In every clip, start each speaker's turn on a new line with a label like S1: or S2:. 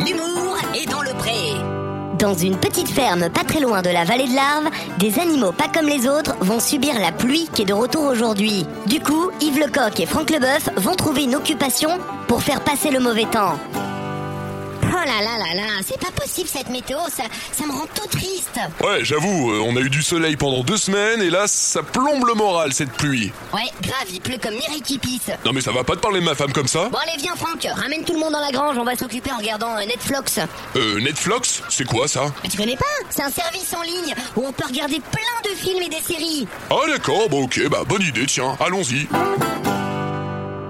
S1: l'humour et dans le pré.
S2: Dans une petite ferme pas très loin de la vallée de l'Arve, des animaux pas comme les autres vont subir la pluie qui est de retour aujourd'hui. Du coup, Yves Lecoq et Franck Leboeuf vont trouver une occupation pour faire passer le mauvais temps.
S1: Oh là là là là, c'est pas possible cette météo, ça, ça me rend tout triste.
S3: Ouais, j'avoue, euh, on a eu du soleil pendant deux semaines et là, ça plombe le moral cette pluie.
S1: Ouais, grave, il pleut comme Mary qui pisse.
S3: Non mais ça va pas de parler de ma femme comme ça
S1: Bon allez, viens Franck, ramène tout le monde dans la grange, on va s'occuper en regardant euh, Netflix.
S3: Euh, Netflix, c'est quoi ça
S1: Mais tu connais pas C'est un service en ligne où on peut regarder plein de films et des séries.
S3: Ah d'accord, bah ok, bah bonne idée, tiens, allons-y.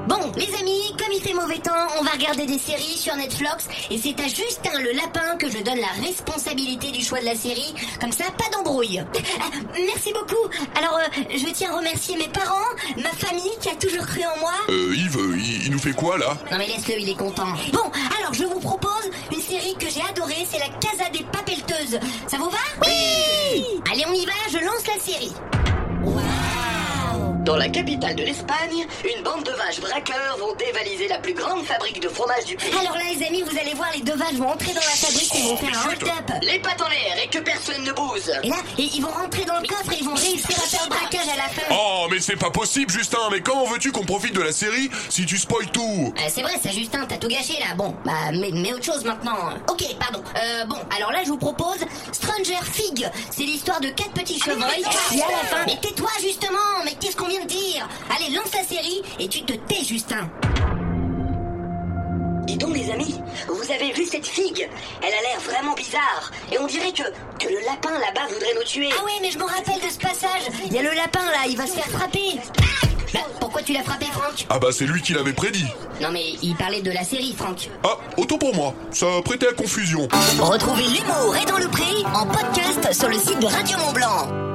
S1: Bon, les amis, comme il fait mauvais temps, on va regarder des séries sur Netflix et c'est à Justin le lapin que je donne la responsabilité du choix de la série. Comme ça, pas d'embrouille. Ah, Merci beaucoup. Alors, euh, je tiens à remercier mes parents, ma famille qui a toujours cru en moi.
S3: Euh, Yves, euh, il, il nous fait quoi là
S1: Non mais laisse-le, il est content. Bon, alors je vous propose une série que j'ai adorée, c'est la Casa des Papelteuses. Ça vous va Oui Allez, on y va, je lance la série.
S4: Dans la capitale de l'Espagne, une bande de vaches braqueurs vont dévaliser la plus grande fabrique de fromage du pays.
S1: Alors là, les amis, vous allez voir, les deux vaches vont entrer dans la fabrique et vont faire un hold-up.
S4: Les pattes en l'air et que personne ne bouse.
S1: Et là, et ils vont rentrer dans le coffre et ils vont réussir à faire le braquage à la fin.
S3: Oh mais c'est pas possible Justin, mais comment veux-tu qu'on profite de la série si tu spoil tout
S1: Euh, c'est vrai, ça, Justin, t'as tout gâché là. Bon, bah, mais, mais autre chose maintenant. Ok, pardon. Euh, bon, alors là, je vous propose Stranger Fig. C'est l'histoire de quatre petits chevreuils qui, à la fin. Mais tais-toi, justement, mais qu'est-ce qu'on vient de dire Allez, lance la série et tu te tais, Justin.
S4: Dis donc, les amis, vous avez vu cette figue Elle a l'air vraiment bizarre. Et on dirait que, que le lapin là-bas voudrait nous tuer.
S1: Ah ouais, mais je me rappelle de ce passage. Il y a le lapin là, il va se faire frapper. Bah, pourquoi tu l'as frappé, Franck
S3: Ah bah c'est lui qui l'avait prédit.
S1: Non, mais il parlait de la série, Franck.
S3: Ah, autant pour moi, ça prêtait à confusion.
S1: Retrouvez l'humour et dans le pré en podcast sur le site de Radio Mont Blanc.